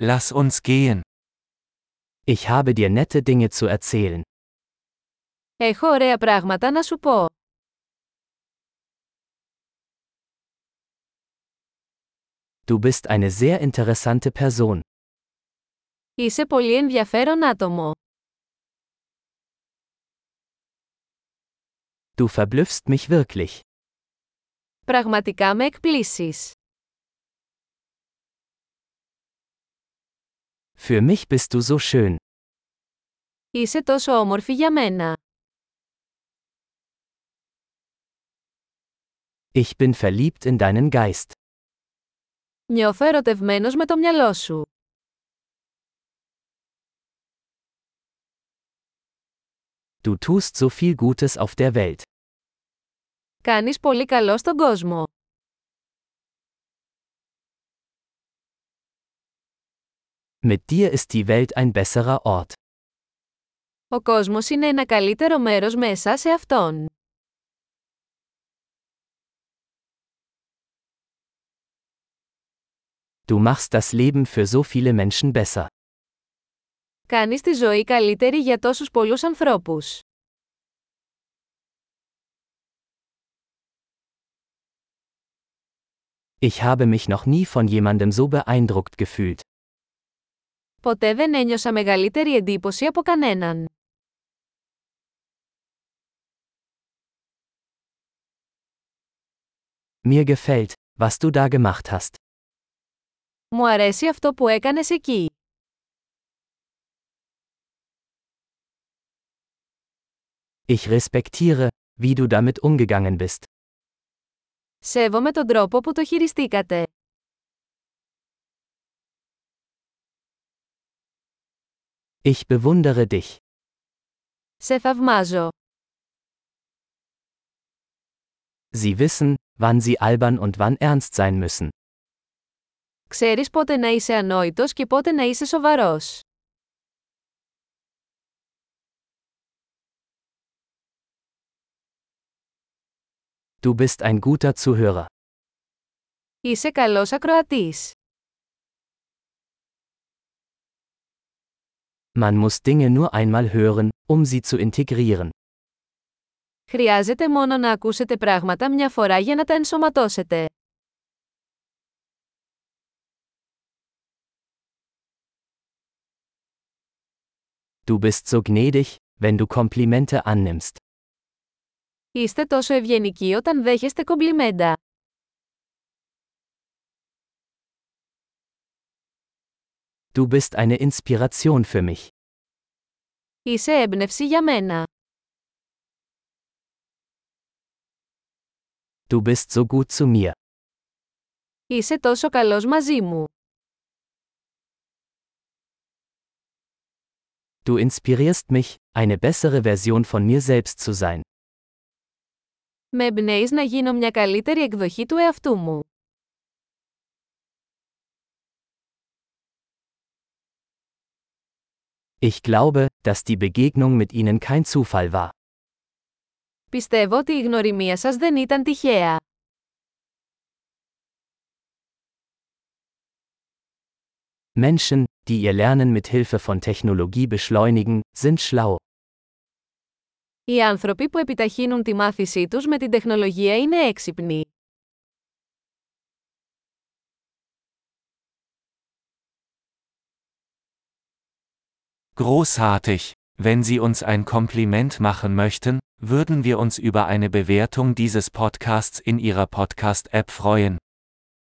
Lass uns gehen. Ich habe dir nette Dinge zu erzählen. Έχω ωραία πράγματα να σου πω. Du bist eine sehr interessante Person. Είσαι πολύ ενδιαφέρον άτομο. Du verblüffst mich wirklich. Πραγματικά με εκπλήσεις. Für mich bist du so schön. Είσαι τόσο όμορφη για μένα. Ich bin verliebt in deinen Geist. Νιώθω ερωτευμένος με το μυαλό σου. Du tust so viel Gutes auf der Welt. Κάνεις πολύ καλό στον κόσμο. Mit dir ist die Welt ein besserer Ort. Ο κόσμος είναι ένα καλύτερο μέρος μέσα σε αυτόν. Du machst das Leben für so viele Menschen besser. Κάνεις τη ζωή καλύτερη για τόσους πολλούς ανθρώπους. Ich habe mich noch nie von jemandem so beeindruckt gefühlt. Ποτέ δεν ένιωσα μεγαλύτερη εντύπωση από κανέναν. Mir gefällt, was du da gemacht hast. Μου αρέσει αυτό που έκανες εκεί. Ich respektiere, wie du damit umgegangen bist. Σέβομαι τον τρόπο που το χειριστήκατε. Ich bewundere dich. Σε θαυμάζω. Sie wissen, wann sie albern und wann ernst sein müssen. Ξέρεις πότε να είσαι ανόητος και πότε να είσαι σοβαρός. Du bist ein guter Zuhörer. Είσαι καλός ακροατής. Man muss Dinge nur einmal hören, um sie zu integrieren. Χρειάζεται μόνο να ακούσετε πράγματα μια φορά για να τα ενσωματώσετε. Du bist so gnädig, wenn du Komplimente annimmst. Είστε τόσο ευγενικοί όταν δέχεστε κομπλιμέντα. Du bist eine Inspiration für mich. Είσαι έμπνευση για μένα. Du bist so gut zu mir. Είσαι τόσο καλός μαζί μου. Du inspirierst mich, eine bessere Version von mir selbst zu sein. Με εμπνέεις να γίνω μια καλύτερη εκδοχή του εαυτού μου. Ich glaube, dass die Begegnung mit ihnen kein Zufall war. Πιστεύω ότι η γνωριμία σας δεν ήταν τυχαία. Menschen, die ihr Lernen mit Hilfe von Technologie beschleunigen, sind schlau. Οι άνθρωποι που επιταχύνουν τη μάθησή τους με την τεχνολογία είναι έξυπνοι. Großartig. Wenn Sie uns ein Kompliment machen möchten, würden wir uns über eine Bewertung dieses Podcasts in Ihrer Podcast-App freuen.